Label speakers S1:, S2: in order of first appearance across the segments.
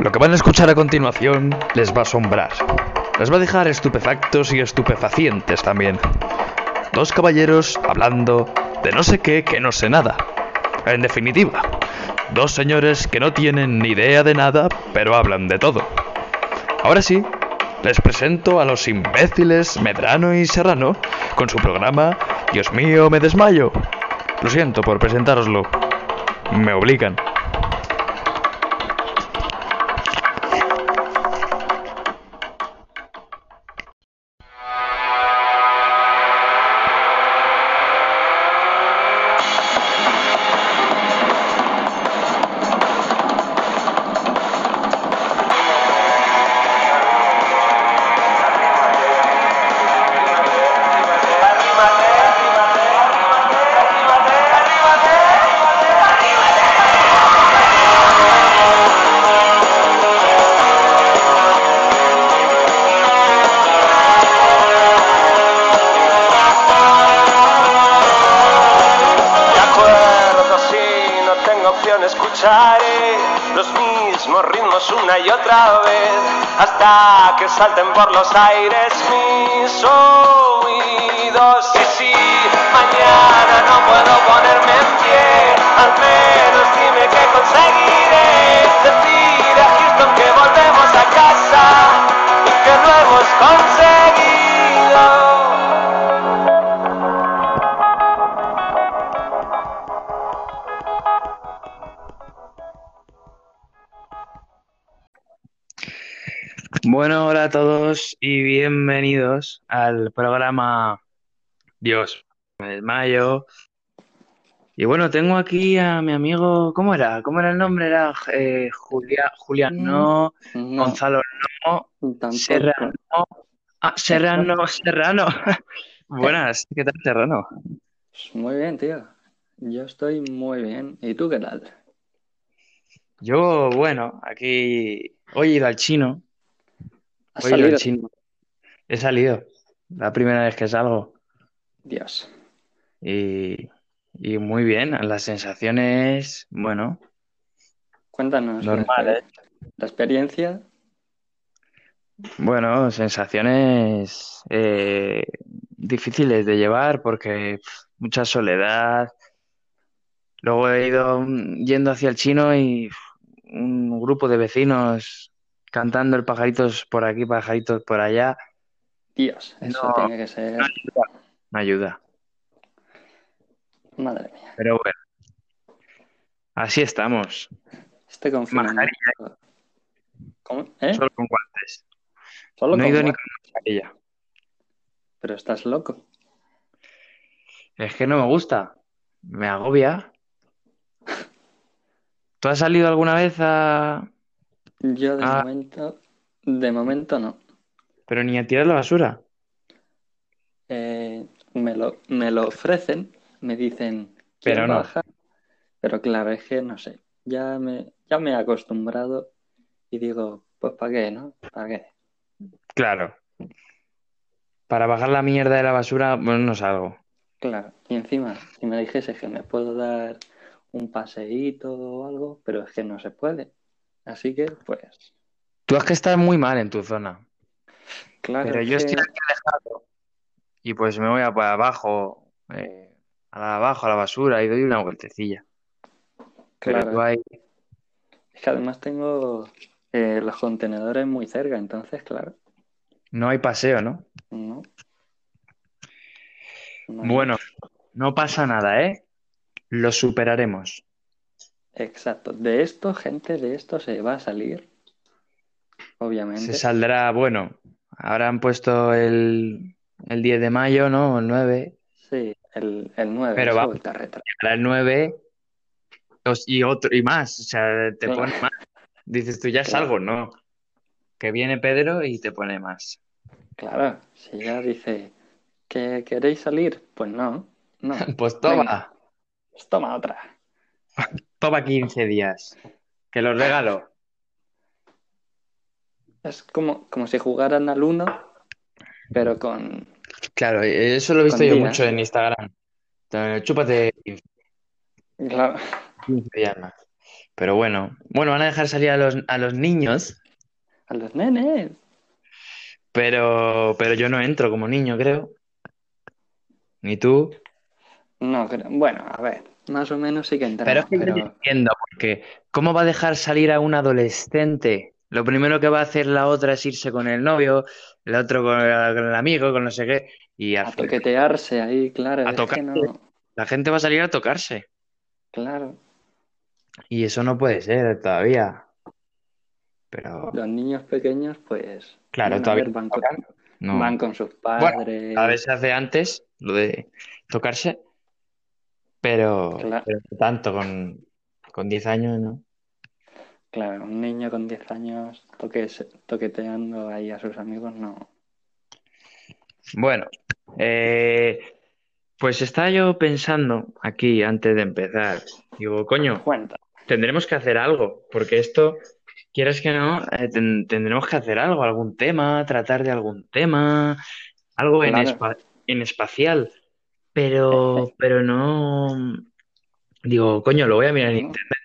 S1: Lo que van a escuchar a continuación les va a asombrar. Les va a dejar estupefactos y estupefacientes también. Dos caballeros hablando de no sé qué que no sé nada. En definitiva, dos señores que no tienen ni idea de nada, pero hablan de todo. Ahora sí, les presento a los imbéciles Medrano y Serrano con su programa Dios mío, me desmayo. Lo siento por presentároslo. Me obligan.
S2: De acuerdo, si no tengo opción, escucharé los mismos ritmos una y otra vez hasta que salten por los aires mis oídos. Y si mañana no puedo ponerme en pie, al menos dime que conseguiré decir a Houston que volvemos a casa y que lo hemos conseguido.
S3: Bueno, hola a todos y bienvenidos al programa Dios, me desmayo. Y bueno, tengo aquí a mi amigo, ¿cómo era? ¿Cómo era el nombre? Era eh, Julia- Julián, no,
S4: No,
S3: Gonzalo, no,
S4: tampoco.
S3: Serrano, ah, Serrano, Serrano. Buenas, ¿qué tal, Serrano?
S4: Muy bien, tío. Yo estoy muy bien. ¿Y tú qué tal?
S3: Yo, bueno, aquí hoy he ido al chino,
S4: ¿Has
S3: hoy he ido al
S4: salido?
S3: chino. He salido, la primera vez que salgo.
S4: Dios.
S3: Y, y muy bien, las sensaciones, bueno,
S4: Cuéntanos la
S3: normales.
S4: exper- la experiencia.
S3: Bueno, sensaciones eh, difíciles de llevar porque pf, mucha soledad. Luego he ido mm, yendo hacia el chino y pf, un grupo de vecinos cantando el pajaritos por aquí, pajaritos por allá.
S4: Dios, eso
S3: No.
S4: tiene que ser.
S3: Me ayuda.
S4: Madre mía.
S3: Pero bueno, así estamos,
S4: Este confinamiento. ¿Cómo? ¿Eh?
S3: solo con guantes.
S4: Solo
S3: No he
S4: con
S3: ido ni
S4: gua-
S3: con mascarilla.
S4: Pero estás loco.
S3: Es que no me gusta. Me agobia. ¿Tú has salido alguna vez a...
S4: Yo de
S3: Ah.
S4: momento. De momento no.
S3: Pero ni a tirar la basura?
S4: Eh, me lo, me lo ofrecen, me dicen,
S3: Pero
S4: "¿Quieres
S3: no.
S4: bajar?". Pero claro, es que no sé, ya me, ya me he acostumbrado y digo, pues ¿para qué, no? ¿Para qué?
S3: Claro. Para bajar la mierda de la basura, bueno, no salgo.
S4: Claro, y encima, si me dijese que me puedo dar un paseíto o algo, pero es que no se puede. Así que, pues,
S3: Tú es que estás muy mal en tu zona.
S4: claro,
S3: Pero
S4: es
S3: yo
S4: que-
S3: estoy aquí alejado. Y pues me voy a para abajo, eh, a la- abajo a la basura y doy una vueltecilla. Pero
S4: Claro.
S3: tú ahí-
S4: es que además tengo eh, los contenedores muy cerca, entonces, claro,
S3: no hay paseo, ¿no?
S4: no. No, no.
S3: Bueno, no pasa nada, ¿eh? Lo superaremos.
S4: Exacto. De esto, gente, de esto se va a salir.
S3: Se
S4: Obviamente.
S3: saldrá, bueno, ahora han puesto el, el 10 de mayo, ¿no? El 9.
S4: Sí, el, el 9
S3: Pero
S4: se ha
S3: va-
S4: vuelto a retrasar.
S3: Ahora el 9 dos- y otro y más. O sea, te
S4: Claro.
S3: pone más. Dices tú, ya
S4: Claro.
S3: salgo, ¿no? Que viene Pedro y te pone más.
S4: Claro, si ya dice que queréis salir, pues no, no.
S3: Pues toma,
S4: Venga. Pues toma otra.
S3: toma 15 días. Que los regalo.
S4: Es como, como si jugaran al 1, pero con...
S3: Claro, e-, eso lo he
S4: visto Con yo días. mucho
S3: en Instagram. Chúpate
S4: Claro,
S3: 15 días más. Pero bueno, bueno, van a dejar salir a los, a los niños,
S4: A los nenes.
S3: pero, pero yo no entro como niño, creo. Ni tú.
S4: No, creo. Bueno, a ver. Más o menos sí que
S3: Pero
S4: entramos.
S3: es que yo no entiendo, porque ¿cómo va a dejar salir a un adolescente? Lo primero que va a hacer la otra es irse con el novio, el otro con el, con el amigo, con no sé qué, y al
S4: a
S3: final
S4: toquetearse ahí, claro.
S3: A
S4: es que no-
S3: la gente va a salir a tocarse.
S4: claro.
S3: Y eso no puede ser todavía. Pero
S4: Los niños pequeños, pues.
S3: claro,
S4: bueno, a
S3: todavía
S4: ver, van,
S3: no
S4: con,
S3: tocan, no.
S4: van con sus
S3: Bueno,
S4: padres.
S3: Cada vez se hace antes lo de tocarse, pero,
S4: Claro.
S3: pero no tanto con, con 10 años, ¿no?
S4: Claro, un niño con 10 años toques- toqueteando ahí a sus amigos, no.
S3: Bueno, eh, pues estaba yo pensando aquí antes de empezar. Digo, coño,
S4: Cuenta.
S3: tendremos que hacer algo, porque esto, quieras que no, eh, ten- tendremos que hacer algo, algún tema, tratar de algún tema, algo en,
S4: Claro.
S3: espa- en espacial. Pero, pero no. Digo, coño, lo voy a mirar en
S4: ¿no?
S3: internet.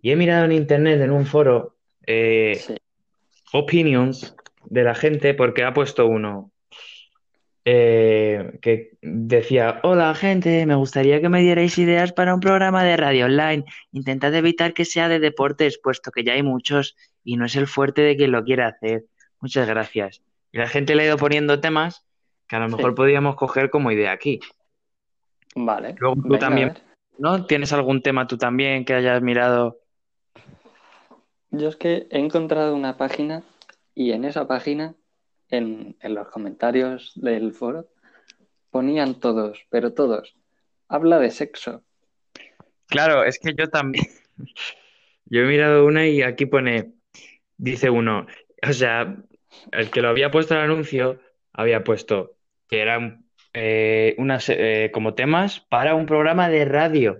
S3: Y he mirado en internet, en un foro, eh,
S4: Sí.
S3: opinions de la gente, porque ha puesto uno eh, que decía: Hola, gente, me gustaría que me dierais ideas para un programa de radio online. Intentad evitar que sea de deportes, puesto que ya hay muchos y no es el fuerte de quien lo quiera hacer. Muchas gracias. Y la gente le ha ido poniendo temas que a lo
S4: Sí.
S3: mejor podríamos coger como idea aquí.
S4: Vale.
S3: Luego tú
S4: venga, eh. a
S3: también.
S4: ver.
S3: ¿No? ¿Tienes algún tema tú también que hayas mirado?
S4: Yo es que he encontrado una página y en esa página, en, en los comentarios del foro, ponían todos, pero todos, habla de sexo.
S3: Claro, es que yo también. Yo he mirado una y aquí pone, dice uno, o sea, el que lo había puesto en el anuncio había puesto que eran eh, unas eh, como temas para un programa de radio.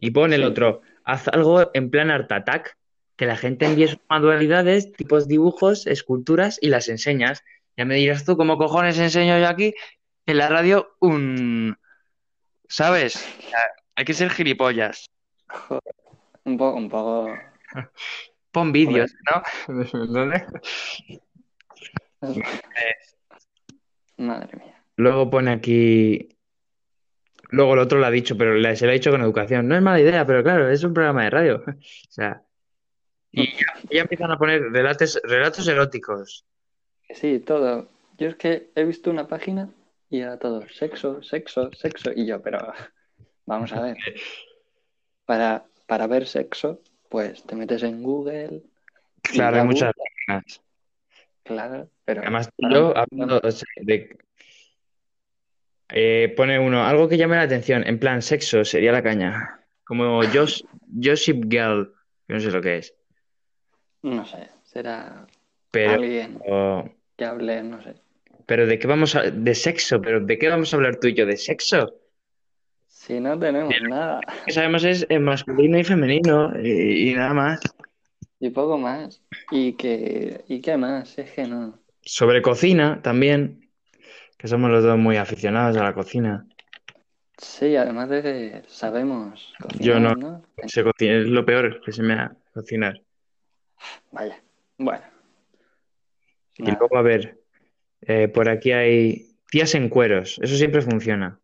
S3: Y pone el
S4: Sí.
S3: otro, haz algo en plan Art Attack, que la gente envíe sus manualidades, tipos dibujos, esculturas y las enseñas. Ya me dirás tú, ¿cómo cojones enseño yo aquí en la radio un... ¿Sabes? O sea, Hay que ser gilipollas.
S4: Un poco, un poco.
S3: Pon vídeos, ¿no? ¿Dónde?
S4: Madre mía.
S3: Luego pone aquí. Luego el otro lo ha dicho, pero la- se lo ha dicho con educación. No es mala idea, pero claro, es un programa de radio. O sea. Y ya, ya empiezan a poner relatos, relatos eróticos.
S4: Que Sí, todo. Yo es que he visto una página y era todo sexo, sexo, sexo. Y yo, pero vamos a ver. Para, para ver sexo, pues te metes en Google. y
S3: Claro, hay
S4: ya
S3: muchas
S4: buscas,
S3: páginas.
S4: Claro, pero.
S3: Además,
S4: Claro,
S3: yo hablando, o sea, de. Eh, pone uno, algo que llame la atención, en plan sexo, sería la caña. Como Josh, Josip Girl, que no sé lo que es.
S4: No sé, será
S3: Pero.
S4: alguien
S3: Ah,
S4: que hable, no sé.
S3: Pero ¿de qué vamos a... de sexo? ¿Pero de qué vamos a hablar tú y yo? ¿De sexo?
S4: Si no tenemos nada
S3: Lo que sabemos es eh, masculino y femenino y, y nada más.
S4: y poco más. ¿Y que ¿Y qué más? Es que no.
S3: Sobre cocina también, que somos los dos muy aficionados a la cocina.
S4: Sí, además de que sabemos cocinar,
S3: Yo no.
S4: ¿no?
S3: Se co- es lo peor que se me da cocinar.
S4: Vaya. Bueno.
S3: Y
S4: Nada.
S3: luego, a ver, eh, por aquí hay tías en cueros, eso siempre funciona.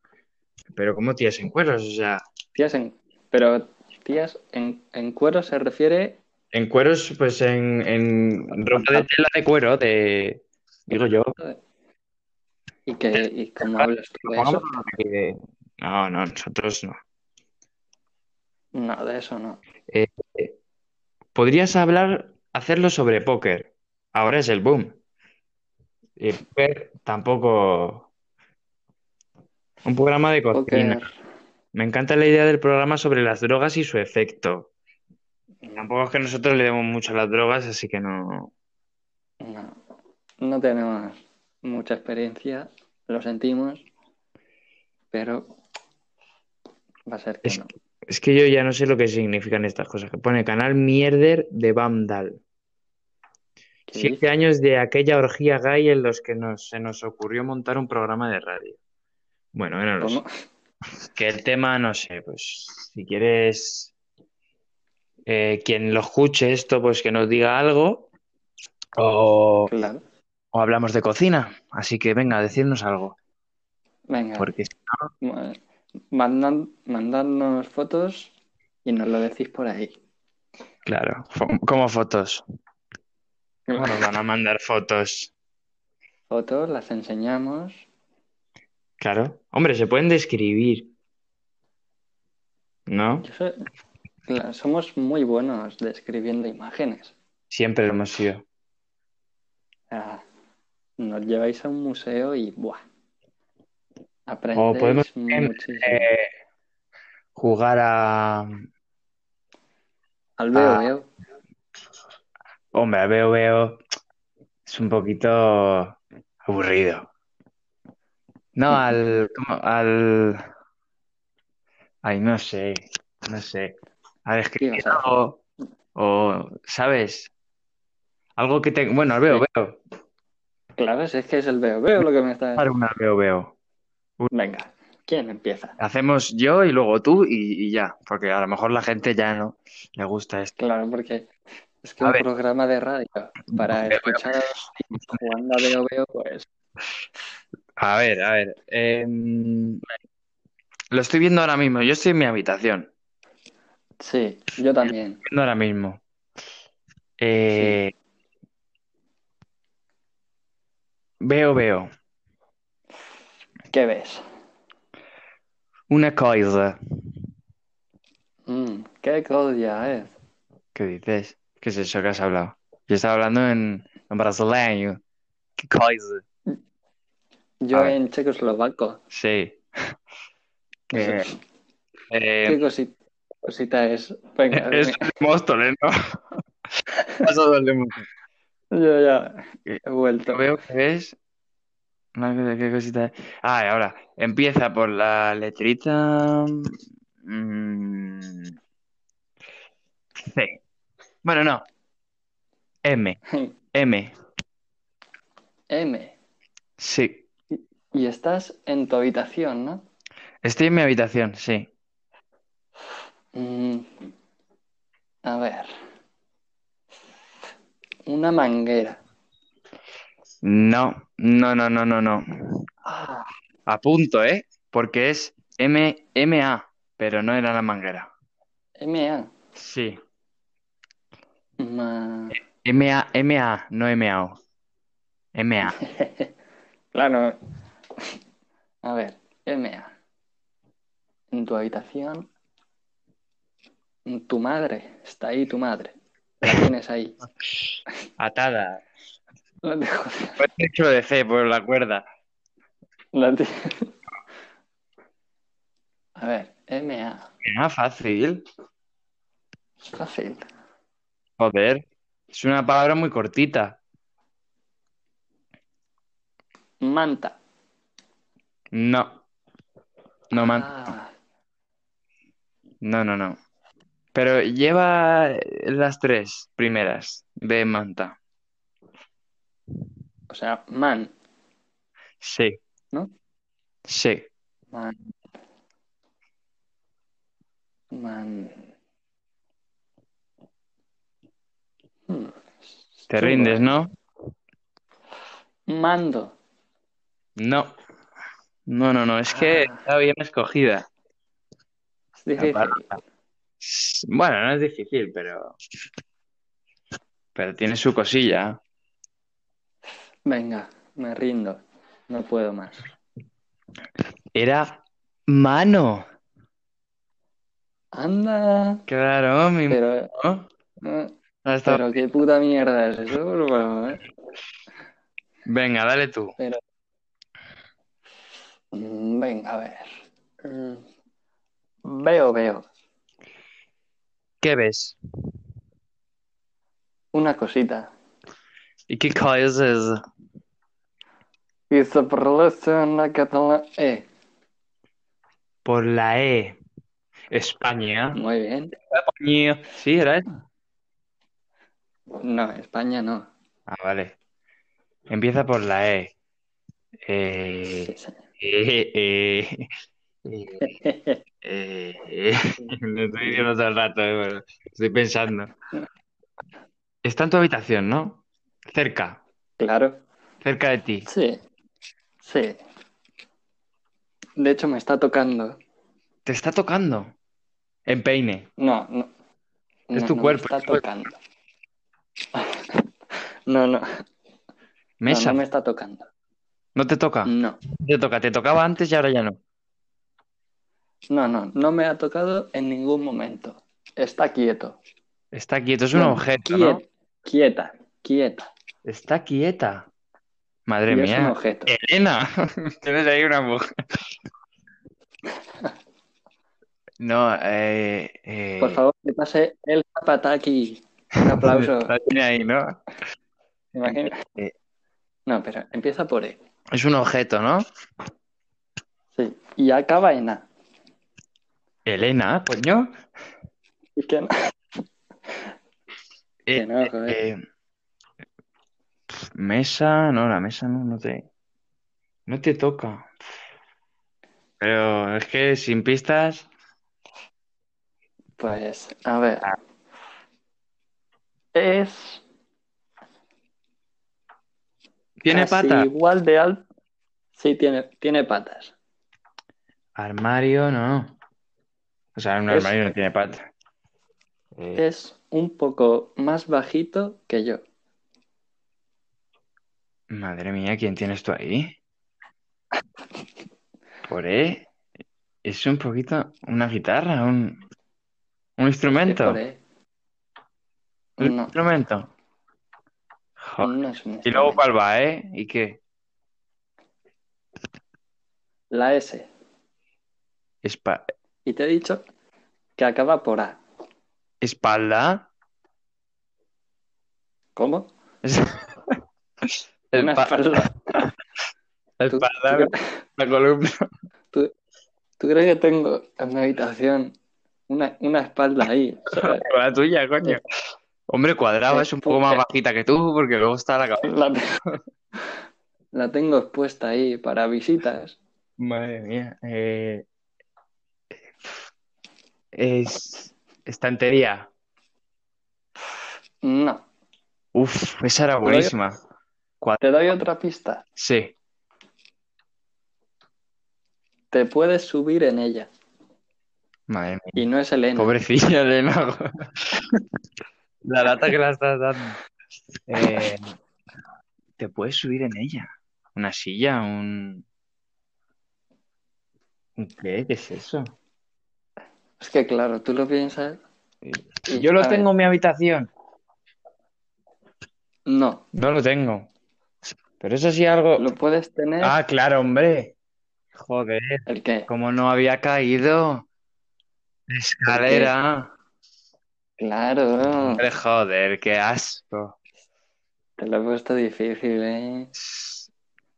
S3: Pero ¿cómo tías en cueros? O sea,
S4: Tías en... Pero tías en, en cuero se refiere...
S3: en cueros, pues en, en ropa de tela de cuero, de... digo yo.
S4: ¿Y, que, y cómo hablas tú de eso?
S3: Eh, No, no, nosotros no.
S4: No, de eso no.
S3: Podrías hablar, hacerlo sobre póker. Ahora es el boom. Y póker tampoco. Un programa de
S4: Pues
S3: cocina.
S4: Póker.
S3: Me encanta la idea del programa sobre las drogas y su efecto. Tampoco es que nosotros le demos mucho a las drogas, así que no.
S4: No. No tenemos mucha experiencia. Lo sentimos. Pero... Va a ser que
S3: Es-
S4: no.
S3: Es que yo ya no sé lo que significan estas cosas. Que pone canal Mierder de Vandal.
S4: ¿Qué
S3: Siete años de aquella orgía gay en los que nos, se nos ocurrió montar un programa de radio. Bueno, eran los.
S4: ¿Cómo?
S3: Que el tema, no sé, pues si quieres eh, quien lo escuche esto, pues que nos diga algo. O,
S4: Claro.
S3: o hablamos de cocina. Así que venga, decidnos algo.
S4: Venga,
S3: Porque si no,
S4: ma- mandad- mandadnos fotos y nos lo decís por ahí.
S3: claro, fo- como fotos. ¿Cómo nos van a mandar fotos?
S4: Fotos, las enseñamos.
S3: Claro. Hombre, se pueden describir. ¿No?
S4: Yo sé- Claro, somos muy buenos describiendo imágenes.
S3: Siempre lo hemos sido.
S4: Ah, nos lleváis a un museo y ¡buah!
S3: O
S4: Aprendéis
S3: podemos también,
S4: muchísimo.
S3: eh, jugar a.
S4: Al veo,
S3: ah.
S4: veo.
S3: Hombre, a veo, veo. Es un poquito aburrido. No, al. ¿cómo? al. Ay, no sé. No sé. Al escribir
S4: ¿Qué ibas a decir?
S3: algo. O, ¿sabes? Algo que te. Bueno, al veo, veo.
S4: Claro, si es que es el veo, veo lo que me está...
S3: Para una veo, veo.
S4: Venga, ¿quién empieza?
S3: Hacemos yo y luego tú y, y ya, porque a lo mejor la gente ya no le gusta esto.
S4: Claro, porque es que
S3: A
S4: un
S3: ver.
S4: programa de radio para
S3: Veo, veo.
S4: escuchar jugando a veo, veo, pues
S3: A ver, a ver. em, lo estoy viendo ahora mismo. Yo estoy en mi habitación,
S4: sí, yo también.
S3: viendo ahora mismo. Eh, Veo, veo.
S4: ¿Qué ves?
S3: Una coisa.
S4: Mm, qué eh. codia es.
S3: ¿Qué dices? ¿Qué es eso que has hablado? Yo estaba hablando en, en brasileño. ¿Qué coisa? A
S4: Yo
S3: ver.
S4: en checoslovaco.
S3: Sí.
S4: Eh,
S3: Que, em,
S4: ¿Qué cosi- cosita es? Venga,
S3: Eh, Es el Móstoles, ¿no? Eso es el de Móstoles.
S4: yo ya
S3: Eh,
S4: he vuelto.
S3: Lo veo que es. Una cosa- ¿Qué cosita es? Ah, y ahora. Empieza por la letrita. mm, C. Bueno, no. M. M.
S4: M,
S3: Sí.
S4: y estás en tu habitación, ¿no?
S3: Estoy en mi habitación, sí.
S4: Mm, a ver. Una manguera.
S3: No, no, no, no, no, no.
S4: Ah,
S3: A punto, ¿eh? Porque es M, MA, pero no era la manguera.
S4: MA.
S3: Sí.
S4: Ma-
S3: MA, MA, no MAO. MA.
S4: Claro. A ver, MA. En tu habitación. Tu madre. Está ahí tu madre. La tienes ahí.
S3: Atada.
S4: La te jodas.
S3: Fue hecho de C por la cuerda.
S4: La ti- A ver, MA.
S3: Era Ah, fácil.
S4: Fácil.
S3: Joder. Es una palabra muy cortita.
S4: Manta.
S3: No. No, man.
S4: Ah,
S3: No, no, no. Pero lleva las tres primeras de manta.
S4: o sea, man.
S3: Sí.
S4: ¿No?
S3: Sí.
S4: Man. Man. Hmm,
S3: Te
S4: estuvo.
S3: rindes, ¿no?
S4: Mando.
S3: No. No, no, no. Es que
S4: Ah.
S3: está bien escogida.
S4: Es difícil.
S3: palabra. Bueno, no es difícil, pero. Pero tiene su cosilla.
S4: Venga, me rindo. No puedo más.
S3: Era mano.
S4: Anda.
S3: Claro, mi
S4: Pero,
S3: mano.
S4: eh,
S3: Ha estado-
S4: pero qué puta mierda es eso, por favor.
S3: Venga, dale tú.
S4: Mm, Venga, a ver. Mm, Veo, veo.
S3: ¿Qué ves?
S4: Una cosita.
S3: ¿Y qué calles es?
S4: Y se produce una catalana. Eh,
S3: Por la E. España.
S4: muy bien.
S3: España. Sí, era eso.
S4: No, España no.
S3: Ah, vale. Empieza por la E. Eh,
S4: Sí, señor.
S3: eh, eh, Eh, eh, eh, lo estoy diciendo todo el rato, eh, pero estoy pensando. Está en tu habitación, ¿no? Cerca,
S4: Claro.
S3: cerca de ti.
S4: Sí. Sí. De hecho, me está tocando.
S3: Te está tocando. En peine.
S4: No, no.
S3: Es
S4: No,
S3: tu
S4: no me
S3: cuerpo,
S4: está
S3: es tu cuerpo.
S4: tocando. No, no. no,
S3: Mesa. Ah.
S4: No,
S3: No,
S4: me está tocando.
S3: te toca.
S4: No.
S3: Te toca. Te tocaba antes y ahora ya no.
S4: No, no. No me ha tocado en ningún momento. Está quieto.
S3: Está quieto. Es un
S4: No,
S3: objeto,
S4: quie-
S3: ¿Ah, ¿no?
S4: Quieta, quieta.
S3: Está quieta. Madre
S4: Y es un
S3: mía.
S4: objeto.
S3: Elena, tienes ahí una mujer. No, eh, eh,
S4: Por favor, que pase el zapataki. Un aplauso.
S3: la tiene ahí, ¿no?
S4: ¿te imaginas?
S3: Eh.
S4: No, pero empieza por E.
S3: Es un objeto, ¿no?
S4: Sí. Y acaba en A.
S3: Elena, coño.
S4: Es que no-
S3: Eh,
S4: que no, joder.
S3: eh, pf, mesa, no, la mesa no, no te, no te toca. Pero es que sin pistas,
S4: Pues, a ver.
S3: Ah.
S4: Es
S3: tiene
S4: casi
S3: pata.
S4: igual de alto. Sí, tiene, tiene patas.
S3: Armario, no. O sea, un
S4: Es-
S3: armario no tiene pata. Eh,
S4: Es un poco más bajito que yo.
S3: Madre mía, ¿quién tienes tú ahí? Por E. Es un poquito una guitarra, un, un
S4: ¿Qué
S3: instrumento.
S4: por E?
S3: Un
S4: No,
S3: instrumento. Jo-
S4: no es un
S3: Mm. Ah. Y luego
S4: instrumento.
S3: cuál va, ¿eh? ¿Y qué?
S4: La S.
S3: Espa-
S4: Y te he dicho que acaba por A.
S3: espalda.
S4: ¿Cómo?
S3: Es-
S4: Una
S3: Espa-
S4: espalda. ¿Tú, tú
S3: espalda,
S4: cre-
S3: la columna.
S4: tú crees que tengo en mi habitación una, una espalda ahí? ¿sabes?
S3: La tuya, coño. Hombre, cuadrado,
S4: Eh,
S3: es un poco más bajita que tú, porque luego está la cabeza.
S4: La, la tengo expuesta ahí para visitas.
S3: Madre mía. eh, es estantería.
S4: No.
S3: Uf, esa era
S4: doy-
S3: buenísima.
S4: Te doy otra pista.
S3: Sí.
S4: Te puedes subir en ella.
S3: Madre mía.
S4: Y no es Elena.
S3: Pobrecilla Elena. La lata que la estás dando. Eh, te puedes subir en ella. Una silla, un... ¿Un ¿Qué? ¿Qué es eso?
S4: Es que claro, tú lo piensas. y,
S3: Yo lo
S4: a ver,
S3: tengo en mi habitación.
S4: no,
S3: No lo tengo. Pero eso sí algo...
S4: lo puedes tener.
S3: Ah, claro, hombre. Joder,
S4: ¿El qué?
S3: cómo no había caído. Escalera.
S4: Claro.
S3: Hombre, Joder, qué asco.
S4: Te lo he puesto difícil, ¿eh?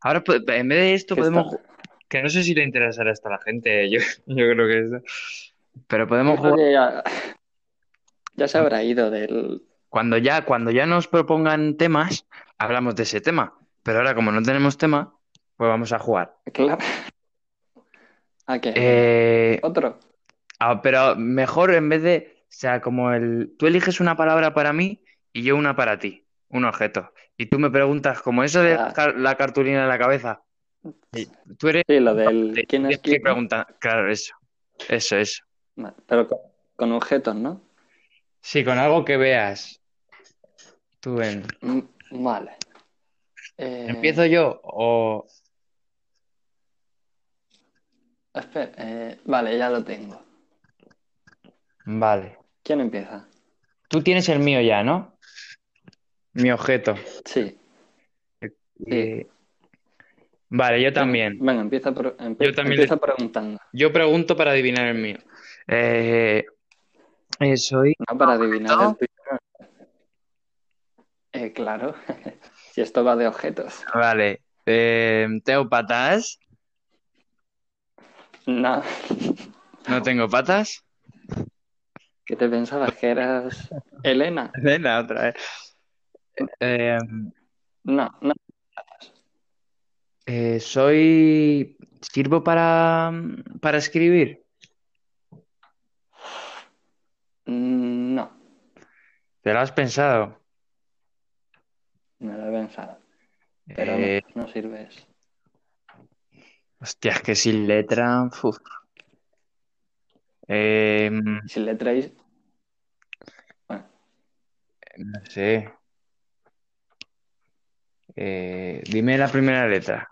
S3: Ahora, po- en vez de esto,
S4: Que
S3: podemos.
S4: está-
S3: ju- Que no sé si le interesará esto a la gente, yo, yo creo que es. Pero podemos
S4: Yo creo
S3: jugar.
S4: que ya, ya se habrá ido del.
S3: Cuando ya, cuando ya nos propongan temas, hablamos de ese tema. Pero ahora, como no tenemos tema, pues vamos a jugar.
S4: Claro. ¿A qué?
S3: Eh,
S4: Otro.
S3: ah, pero mejor en vez de. O sea, como el. Tú eliges una palabra para mí y yo una para ti, un objeto. Y tú me preguntas, como eso de
S4: Ah.
S3: car- la cartulina en la cabeza. y Tú eres.
S4: Sí, lo del. ¿Quién es
S3: ¿Qué
S4: quién?
S3: pregunta? Claro, eso. Eso, eso.
S4: Vale, Pero con, con objetos, ¿no?
S3: Sí, con algo que veas. Tú en...
S4: Mm, Vale. Eh,
S3: ¿Empiezo yo o...?
S4: espera, eh, vale, ya lo tengo.
S3: Vale.
S4: ¿Quién empieza?
S3: Tú tienes el mío ya, ¿no? Mi objeto.
S4: Sí.
S3: Eh, Vale, yo también.
S4: Venga, empieza, por- empe-
S3: Yo también
S4: empieza preguntando.
S3: Yo pregunto para adivinar el mío. Eh, eh, soy...
S4: No para adivinar
S3: ¿No?
S4: el tuyo. Eh, claro. si esto va de objetos.
S3: Vale. Eh, ¿tengo patas?
S4: No.
S3: ¿No tengo patas?
S4: ¿Qué te pensabas que eras Elena?
S3: Venga, otra vez. Eh,
S4: No, no.
S3: eh, soy... ¿Sirvo para, para escribir?
S4: Mm, No,
S3: ¿Te lo has pensado?
S4: no lo he pensado. Pero no,
S3: Eh,
S4: no sirve eso.
S3: hostia, es que sin letra. uf. Eh, no
S4: Si le traéis,
S3: sé. Eh, dime la primera letra.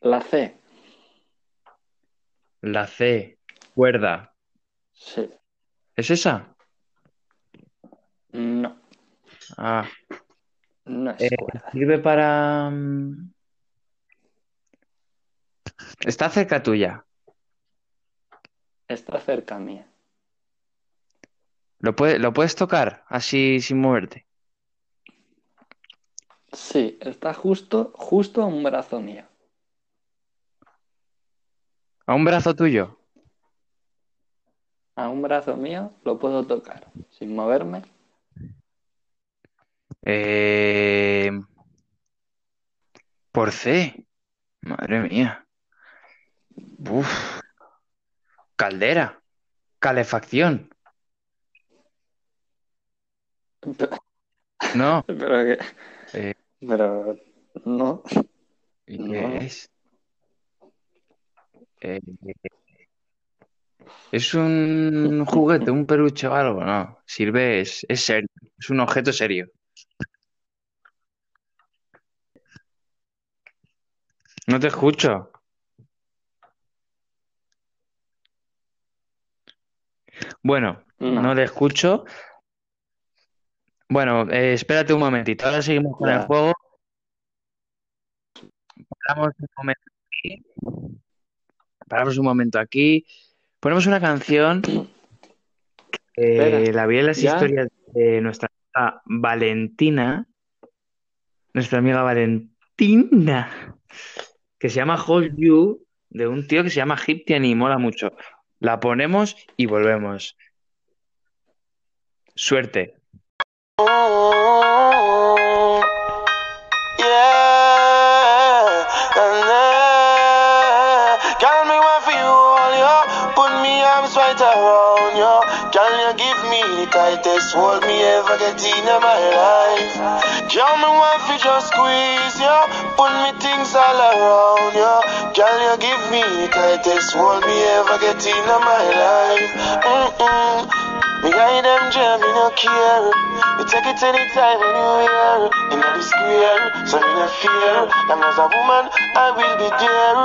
S4: la C,
S3: La C. Cuerda.
S4: sí.
S3: ¿Es esa?
S4: No,
S3: Ah.
S4: no es
S3: Eh,
S4: cuerda.
S3: Sirve para... mm, Está cerca tuya.
S4: Está cerca mía.
S3: ¿Lo puede- lo puedes tocar así sin moverte?
S4: Sí, está justo, justo a un brazo mío.
S3: ¿A un brazo tuyo?
S4: A un brazo mío lo puedo tocar sin moverme.
S3: Eh, Por C. Madre mía. Uf. Caldera. Calefacción. No.
S4: Pero que.
S3: Eh.
S4: Pero no.
S3: ¿Y
S4: No.
S3: qué es? Eh, es un juguete, un peluche o algo, no. Sirve, es, es serio, es un objeto serio. No te escucho. Bueno,
S4: No.
S3: no te escucho. Bueno, eh, espérate un momentito. Ahora seguimos con el
S4: Ya.
S3: juego. Paramos un momento aquí. Paramos un momento aquí. Ponemos una canción. Eh,
S4: Espera,
S3: la vi en las
S4: ¿ya?
S3: historias de nuestra amiga Valentina. Nuestra amiga Valentina. Que se llama Hold You, de un tío que se llama Egyptian y mola mucho. La ponemos y volvemos. Suerte.
S2: Yeah, and then, girl, me want for you all, yo. Put me arms right around you. Girl, you give me the tightest hold me ever get in my life. Girl, me want for just squeeze you. Put me things all around you. Girl, you give me the tightest hold me ever get in my life. Mm-mm. Me hide them jam, me no care. You take it anytime, anywhere. In the square, so me no fear. Long as a woman, I will be there.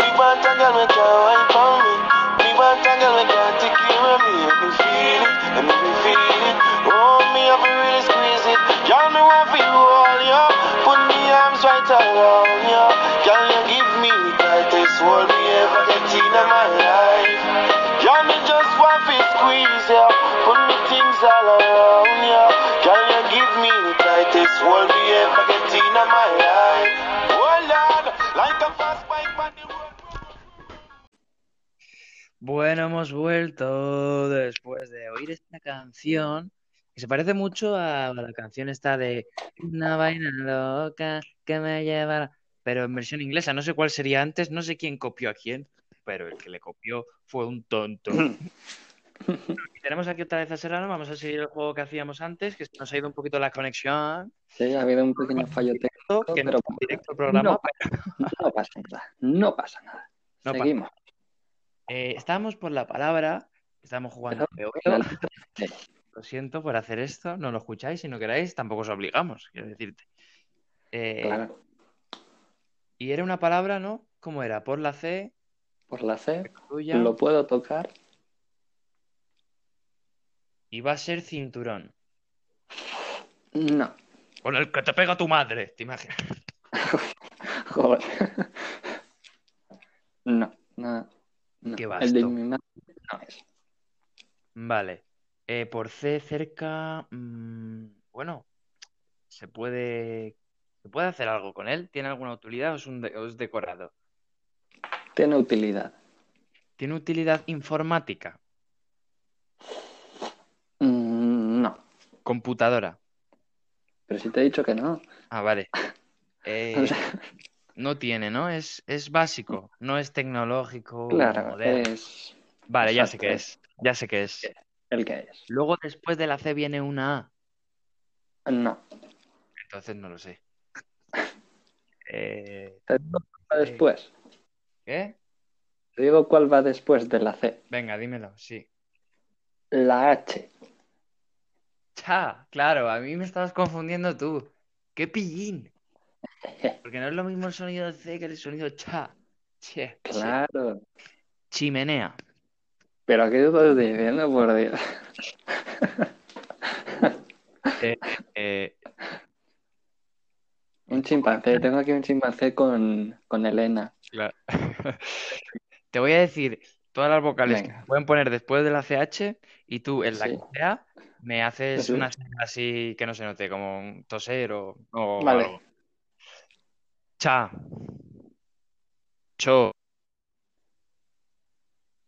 S2: We want a girl, make her wine for me. We want a girl, make her take care of me. Let me feel it, let me feel it. Oh, me have a really squeeze it. Girl, me want for you all, yo. Put me arms right around you. Girl, you give me the tightest hold me ever get in my life. Girl, me just want to squeeze ya. Put me things all around ya. Girl, you give me the tightest hold me ever get in my life. Oh Lord, like a fast bike on the road.
S3: Bueno, hemos vuelto después de oír esta canción que se parece mucho a la canción esta de Una vaina loca que me lleva, a la-", pero en versión inglesa. No sé cuál sería antes, no sé quién copió a quién, pero el que le copió fue un tonto. Tenemos aquí otra vez a Serrano, vamos a seguir el juego que hacíamos antes, que se nos ha ido un poquito la conexión,
S4: Sí, ha habido un pequeño fallo técnico,
S3: que no
S4: pero
S3: es directo el programa,
S4: No pasa, no pasa nada. No pasa nada.
S3: No pasa
S4: Seguimos.
S3: Eh, estábamos por la palabra, estamos jugando de
S4: La
S3: oído.
S4: letra C.
S3: Lo siento por hacer esto, no lo escucháis, si no queráis, tampoco os obligamos, quiero decirte. Eh,
S4: Claro,
S3: Y era una palabra, ¿no? ¿Cómo era? Por la C,
S4: por la C
S3: tuya,
S4: lo puedo tocar.
S3: y va a ser cinturón.
S4: No,
S1: Con el que te pega tu madre, te imaginas.
S4: joder. No, no, no.
S3: Qué
S4: El de
S3: vasto.
S4: mi madre no es.
S3: Vale. Eh, por C cerca, mm, bueno, se puede, se puede hacer algo con él. ¿Tiene alguna utilidad o es un de- o es decorado?
S4: Tiene utilidad.
S3: ¿Tiene utilidad informática?
S4: Mm, No,
S3: Computadora.
S4: pero si te he dicho que no.
S3: Ah, vale. Eh,
S4: O sea,
S3: no tiene, ¿no? Es, es básico, no es tecnológico.
S4: Claro,
S3: moderno.
S4: es
S3: Vale, ya sé
S4: exacto, eh.
S3: qué es. Ya sé qué es.
S4: el que es.
S3: Luego después de la C viene una A.
S4: No.
S3: Entonces no lo sé. Eh,
S4: Te digo cuál va después.
S3: ¿Qué?
S4: Te digo cuál va después de la C.
S3: Venga, dímelo, sí.
S4: La H.
S3: Cha, claro, a mí me estabas confundiendo tú. ¡Qué pillín! Porque no es lo mismo el sonido C que el sonido cha. Che, che.
S4: Claro.
S3: Chimenea.
S4: Pero ¿qué estás diciendo, por Dios?
S3: Eh,
S4: Un chimpancé. Tengo aquí un chimpancé con, con Elena.
S3: claro. Te voy a decir todas las vocales que
S4: Venga.
S3: se pueden poner después de la CH y tú en la
S4: Sí.
S3: que sea me haces
S4: Eso
S3: una
S4: es.
S3: señal así que no se note, como un toser o, o
S4: Vale.
S3: algo. Cha. Cho.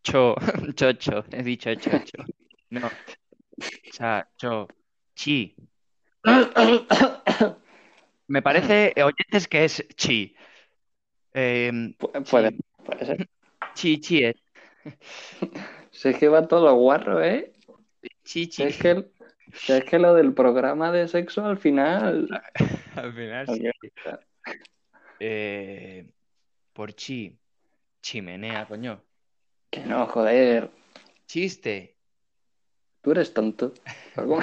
S3: Cho. Chocho. He dicho chocho. No. Cha, cho. Chi.
S4: Pu-
S3: Me parece, eh, oyentes, que es chi. Em,
S4: Puede, puede ser.
S3: chi, chi es.
S4: Si es que va todo guarro, ¿eh?
S3: Chi,
S4: Si
S3: chi.
S4: es que, si es que lo del programa de sexo al final.
S3: Al final
S4: Ok.
S3: sí. Eh, por chi. Chimenea, coño.
S4: Que no, joder.
S3: Chiste.
S4: Tú eres tonto. Pero ¿cómo?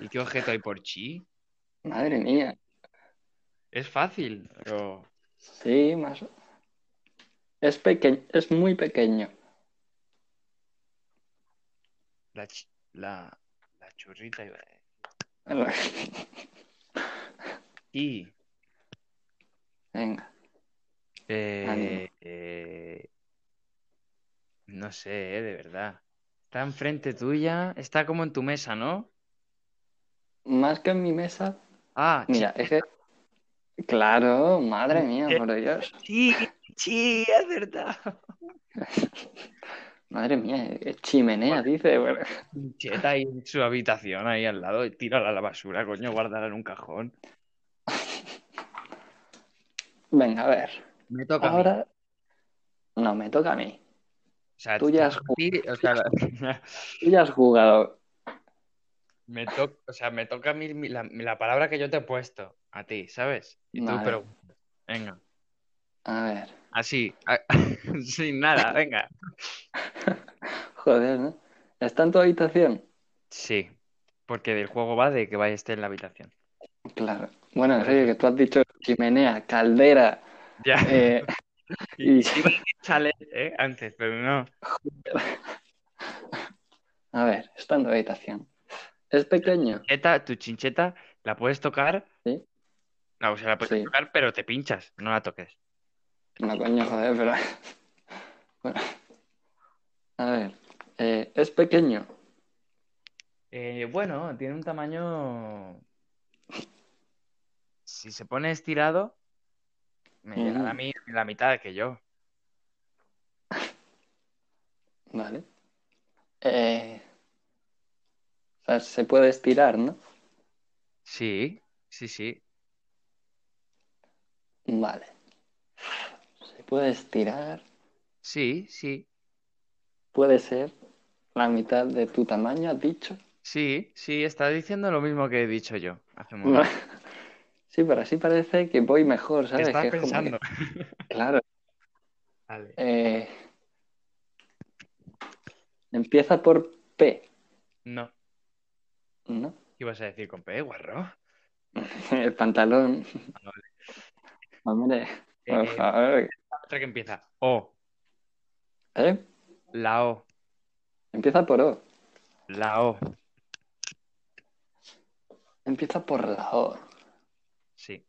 S3: ¿Y qué objeto hay por chi?
S4: Madre mía.
S3: Es fácil. pero-
S4: Sí, más. Es pequeño, es muy pequeño.
S3: La, chi- la, la churrita iba a decir. Chi.
S4: Venga.
S3: Eh,
S4: Ánimo.
S3: eh, no sé, eh, de verdad. Está enfrente tuya. Está como en tu mesa, ¿no?
S4: Más que en mi mesa.
S3: Ah, chi.
S4: Mira, es que. Claro, madre
S3: Mm,
S4: mía,
S3: eh.
S4: por Dios.
S3: Sí, sí, es verdad.
S4: Madre mía, es chimenea, dice. bueno.
S3: Cheta ahí en su habitación, ahí al lado, y tírala a la basura, coño, guárdala en un cajón.
S4: Venga, a ver.
S3: Me toca a mí.
S4: Ahora. No, me toca a mí.
S3: O sea,
S4: tú ya has
S3: te toca a ti, o sea, la-
S4: Tú ya has jugado.
S3: me toca, o sea, me toca a mí mi- la, la palabra que yo te he puesto a ti, ¿sabes? Y tú,
S4: Vale.
S3: pero venga,
S4: A ver.
S3: así, a- sin nada, venga.
S4: Joder, ¿no? ¿Está en tu habitación?
S3: Sí, porque del juego va de que vaya esté en la habitación.
S4: Claro. Bueno, en serio, que tú has dicho chimenea, caldera.
S3: Ya,
S4: eh, y-
S3: sale ¿eh? antes, pero no.
S4: A ver, está en tu habitación. Es pequeño.
S3: chincheta, tu chincheta, la puedes tocar.
S4: Sí.
S3: No, o sea, la puedes
S4: Sí.
S3: tocar, pero te pinchas, no la toques.
S4: No, coño, joder, pero. Bueno. A ver. eh, es pequeño.
S3: Eh, bueno, tiene un tamaño. Si se pone estirado, me
S4: Ujú.
S3: llegará a mí la mitad que yo.
S4: Vale. Eh, o sea, se puede estirar, ¿no?
S3: Sí, sí, sí.
S4: Vale. Se puede estirar.
S3: Sí, sí,
S4: Puede ser la mitad de tu tamaño, has dicho.
S3: sí, sí, está diciendo lo mismo que he dicho yo hace un momento.
S4: Sí, pero así parece que voy mejor, ¿sabes?
S3: Estás
S4: Que es como que-
S3: pensando.
S4: claro.
S3: Vale.
S4: eh, empieza por P,
S3: No,
S4: ¿no?
S3: ¿qué ibas a decir con P, guarro?
S4: El pantalón. Hombre,
S3: Ah, Eh,
S4: por favor.
S3: otra que empieza. O,
S4: ¿Eh?
S3: la O,
S4: Empieza por O.
S3: la O.
S4: Empieza por la O.
S3: Sí.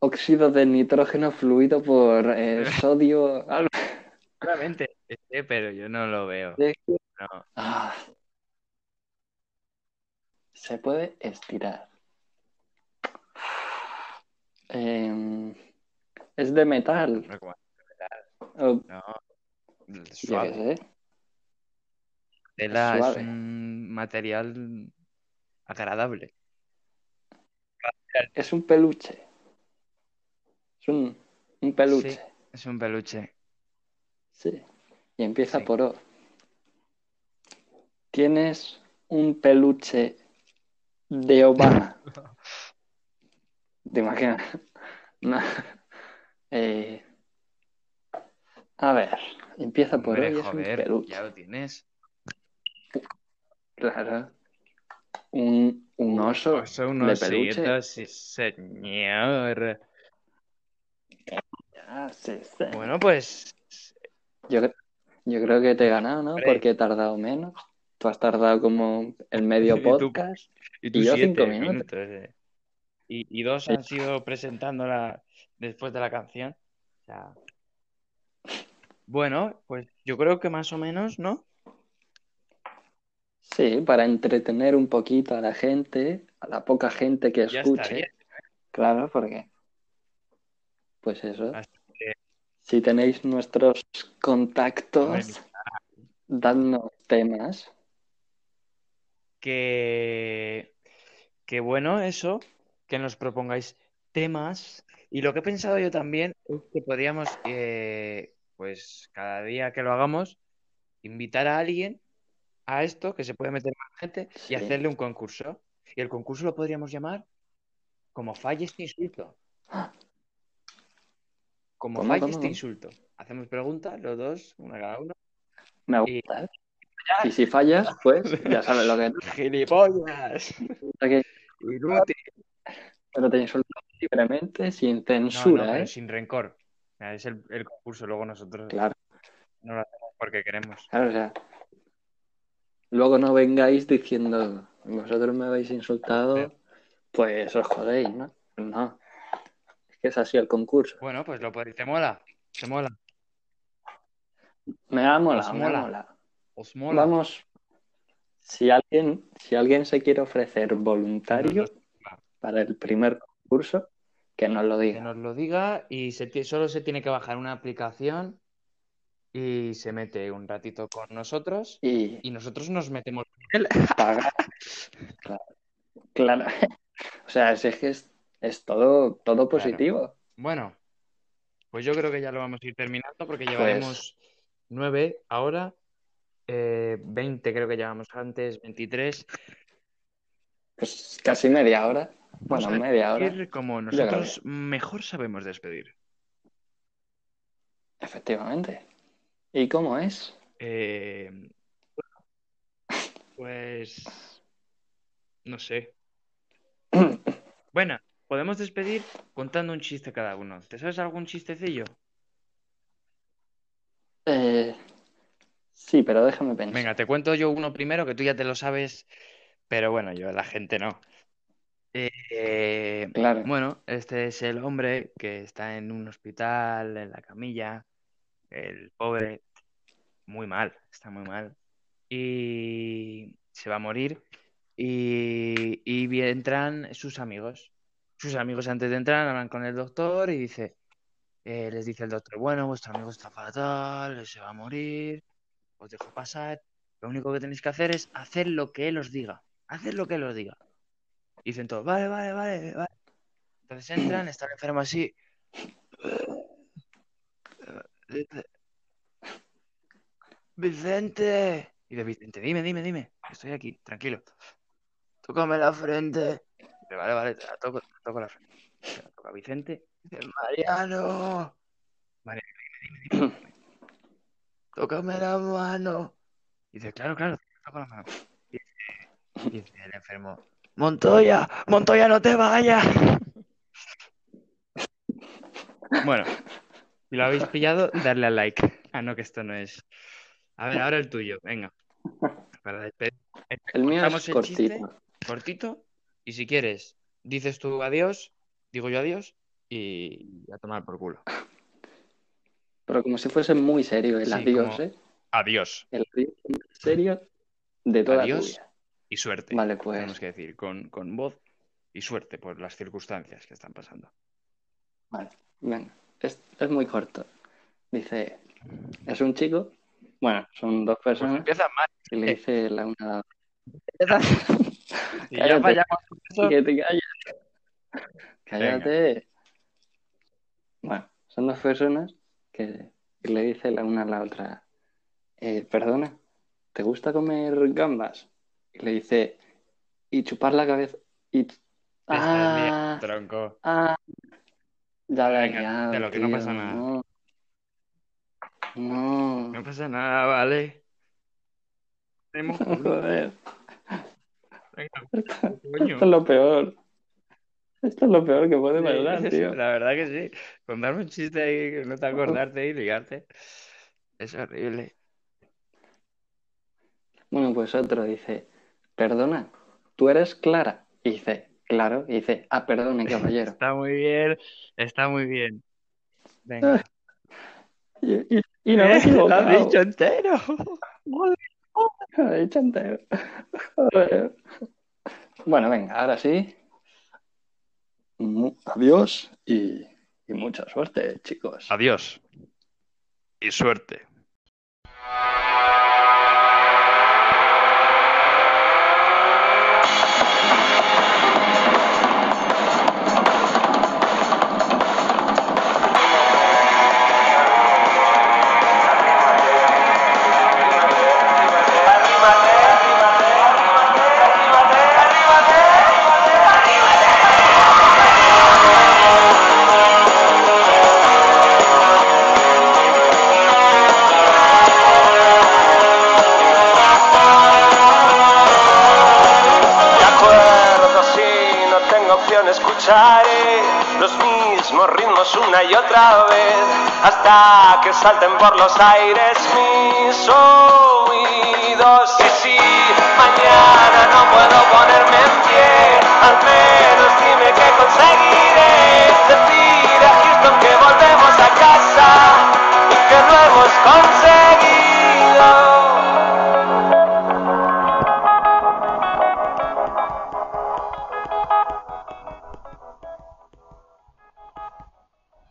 S4: Óxido de nitrógeno fluido por eh, sodio. algo.
S3: Claramente, este, pero yo no lo veo. No.
S4: Ah. Se puede estirar. Em, es de metal.
S3: No, como-
S4: o-
S3: no.
S4: yo qué
S3: Suave.
S4: sé.
S3: Tela es
S4: suave.
S3: un material agradable.
S4: Es un peluche. Es un, un peluche.
S3: Sí, es un peluche.
S4: Sí. Y empieza
S3: Sí.
S4: por O. Tienes un peluche de Obama. ¿Te imaginas? No. Eh, a ver, empieza Ah, por
S3: Hombre,
S4: O y es un
S3: joder,
S4: peluche.
S3: ya lo tienes.
S4: Claro. Un, un oso.
S3: Son
S4: de peluche.
S3: sí, señor.
S4: Ah, sí, sí.
S3: Bueno, pues.
S4: Yo, cre- yo creo que te he ganado, ¿no?
S3: Hombre.
S4: Porque he tardado menos. Tú has tardado como el medio
S3: Y tú-
S4: podcast.
S3: Y tú
S4: Y yo
S3: siete
S4: cinco minutos.
S3: eh. Y, y dos han sido presentándola después de la canción. O sea, Bueno, pues yo creo que más o menos, ¿no?
S4: Sí, para entretener un poquito a la gente, a la poca gente que
S3: Ya
S4: escuche.
S3: estaría.
S4: Claro, porque. Pues eso.
S3: Así que-
S4: Si tenéis nuestros
S3: Hombre,
S4: contactos, dadnos temas.
S3: que, que bueno, eso, que nos propongáis temas. Y lo que he pensado yo también es que podríamos, eh, pues cada día que lo hagamos, invitar a alguien a esto, que se puede meter más gente, y
S4: Sí.
S3: hacerle un concurso. Y el concurso lo podríamos llamar como falles te insulto. Como
S4: ¿Cómo,
S3: falles
S4: cómo,
S3: te
S4: cómo?
S3: insulto. Hacemos preguntas, los dos, una cada uno.
S4: Me
S3: Y-
S4: gusta. ¿eh? Y si fallas, pues ya sabes lo que
S3: ¡Gilipollas!
S4: Aquí,
S3: ¡Inútil!
S4: Pero te insulto libremente, sin
S3: No, no,
S4: censura,
S3: pero
S4: ¿eh?
S3: sin rencor. O sea, Es el, el concurso, luego nosotros
S4: Claro,
S3: no lo hacemos porque queremos.
S4: claro, o sea. Luego no vengáis diciendo, vosotros me habéis insultado, pues os jodéis, ¿no? No. Es que es así el concurso.
S3: Bueno, pues lo podéis. Te mola, te mola,
S4: Me ha molado,
S3: Os
S4: me ha
S3: mola.
S4: molado.
S3: os mola.
S4: Vamos, si alguien, si alguien se quiere ofrecer voluntario
S3: Que nos
S4: para el primer concurso, que nos lo
S3: lo- que
S4: diga.
S3: nos lo diga y se ti- solo se tiene que bajar una aplicación y se mete un ratito con nosotros
S4: Y
S3: y nosotros nos metemos.
S4: pagar. Claro. Claro. O sea, si es que es, es todo, todo positivo.
S3: Bueno, pues yo creo que ya lo vamos a ir terminando
S4: Pues.
S3: porque llevaremos nueve ahora, eh, 20 creo que llevamos antes, 23.
S4: Pues casi media hora.
S3: Vamos
S4: Bueno,
S3: a
S4: media hora.
S3: despedir como
S4: creo que-
S3: nosotros mejor sabemos despedir.
S4: Efectivamente. ¿Y cómo es?
S3: Eh, pues no sé. Bueno, podemos despedir contando un chiste cada uno. ¿Te sabes algún chistecillo?
S4: Eh, sí, pero déjame pensar.
S3: Venga, te cuento yo uno primero que tú ya te lo sabes, pero bueno, yo la gente no. Eh,
S4: Claro.
S3: Bueno, este es el hombre que está en un hospital, en la camilla, el pobre, muy mal, está muy mal, y se va a morir, y, y vi- entran sus amigos. Sus amigos antes de entrar hablan con el doctor y dice, eh, les dice el doctor, bueno, vuestro amigo está fatal, se va a morir, os dejo pasar, lo único que tenéis que hacer es hacer lo que él os diga, hacer lo que él os diga. Y dicen todos, vale, vale, vale, vale. Entonces entran, está el enfermo así. Vicente. Y dice, Vicente, dime, dime, dime. Estoy aquí, tranquilo. Tócame la frente. Dice, vale, vale, te la toco, te la toco la frente. Se la toca Vicente. Dice, Mariano. Mariano, dime, dime, dime. Tócame la mano. Dice, claro, claro, te toco la mano. Dice, dice el enfermo, Montoya, Montoya, no te vayas. Bueno, si lo habéis pillado, darle a like. Ah, no, que esto no es. A ver, ahora el tuyo, venga. Para despedir.
S4: El mío
S3: ¿Cortamos
S4: es
S3: el
S4: cortito.
S3: chiste? Cortito. Y si quieres, dices tú adiós, digo yo adiós y a tomar por culo.
S4: Pero como si fuese muy serio el
S3: Sí,
S4: adiós,
S3: como-
S4: ¿eh?
S3: Adiós
S4: El adiós más serio de toda
S3: Adiós.
S4: tu vida.
S3: y suerte.
S4: Vale, pues.
S3: Tenemos que decir con, con voz y suerte por las circunstancias que están pasando.
S4: Venga, es, es muy corto. Dice, es un chico, bueno, son dos
S3: Pues eh,
S4: personas,
S3: empieza mal.
S4: y le dice la una a la otra,
S3: Si
S4: Cállate.
S3: ya fallamos con eso,
S4: "Que te calles, cállate. Bueno, son dos personas que le dice la una a la otra, eh, perdona, ¿te gusta comer gambas? Y le dice, y chupar la cabeza. Y...
S3: Estás bien,
S4: Ah,
S3: tronco.
S4: ah, ya la he
S3: Venga,
S4: liado,
S3: de lo que no
S4: tío,
S3: pasa nada.
S4: No. No.
S3: No pasa nada, vale. Tenemos
S4: Joder,
S3: Venga,
S4: esto,
S3: coño.
S4: esto es lo peor. Esto es lo peor que puede pasar,
S3: Sí,
S4: tío.
S3: La verdad que sí. Contarme un chiste ahí que no te acordarte y ligarte. Es horrible.
S4: Bueno, pues otro dice, perdona, tú eres Clara. Y dice, claro, y dice, ah, perdone, caballero.
S3: Está muy bien. Está muy bien. Venga.
S4: Y, y- Ah, y no
S3: Lo
S4: me he
S3: has
S4: equivocado.
S3: dicho entero.
S4: Lo he dicho entero. Joder. Bueno, venga, ahora sí. Mm, Adiós y, y mucha suerte, chicos.
S1: Adiós. Y suerte.
S2: De acuerdo, si no tengo opción, escucharé los mismos ritmos una y otra vez hasta que salten por los aires mis oídos. Y si mañana no puedo ponerme en pie, al menos dime que conseguiré decir a Houston que volvemos a casa y que no hemos conseguido.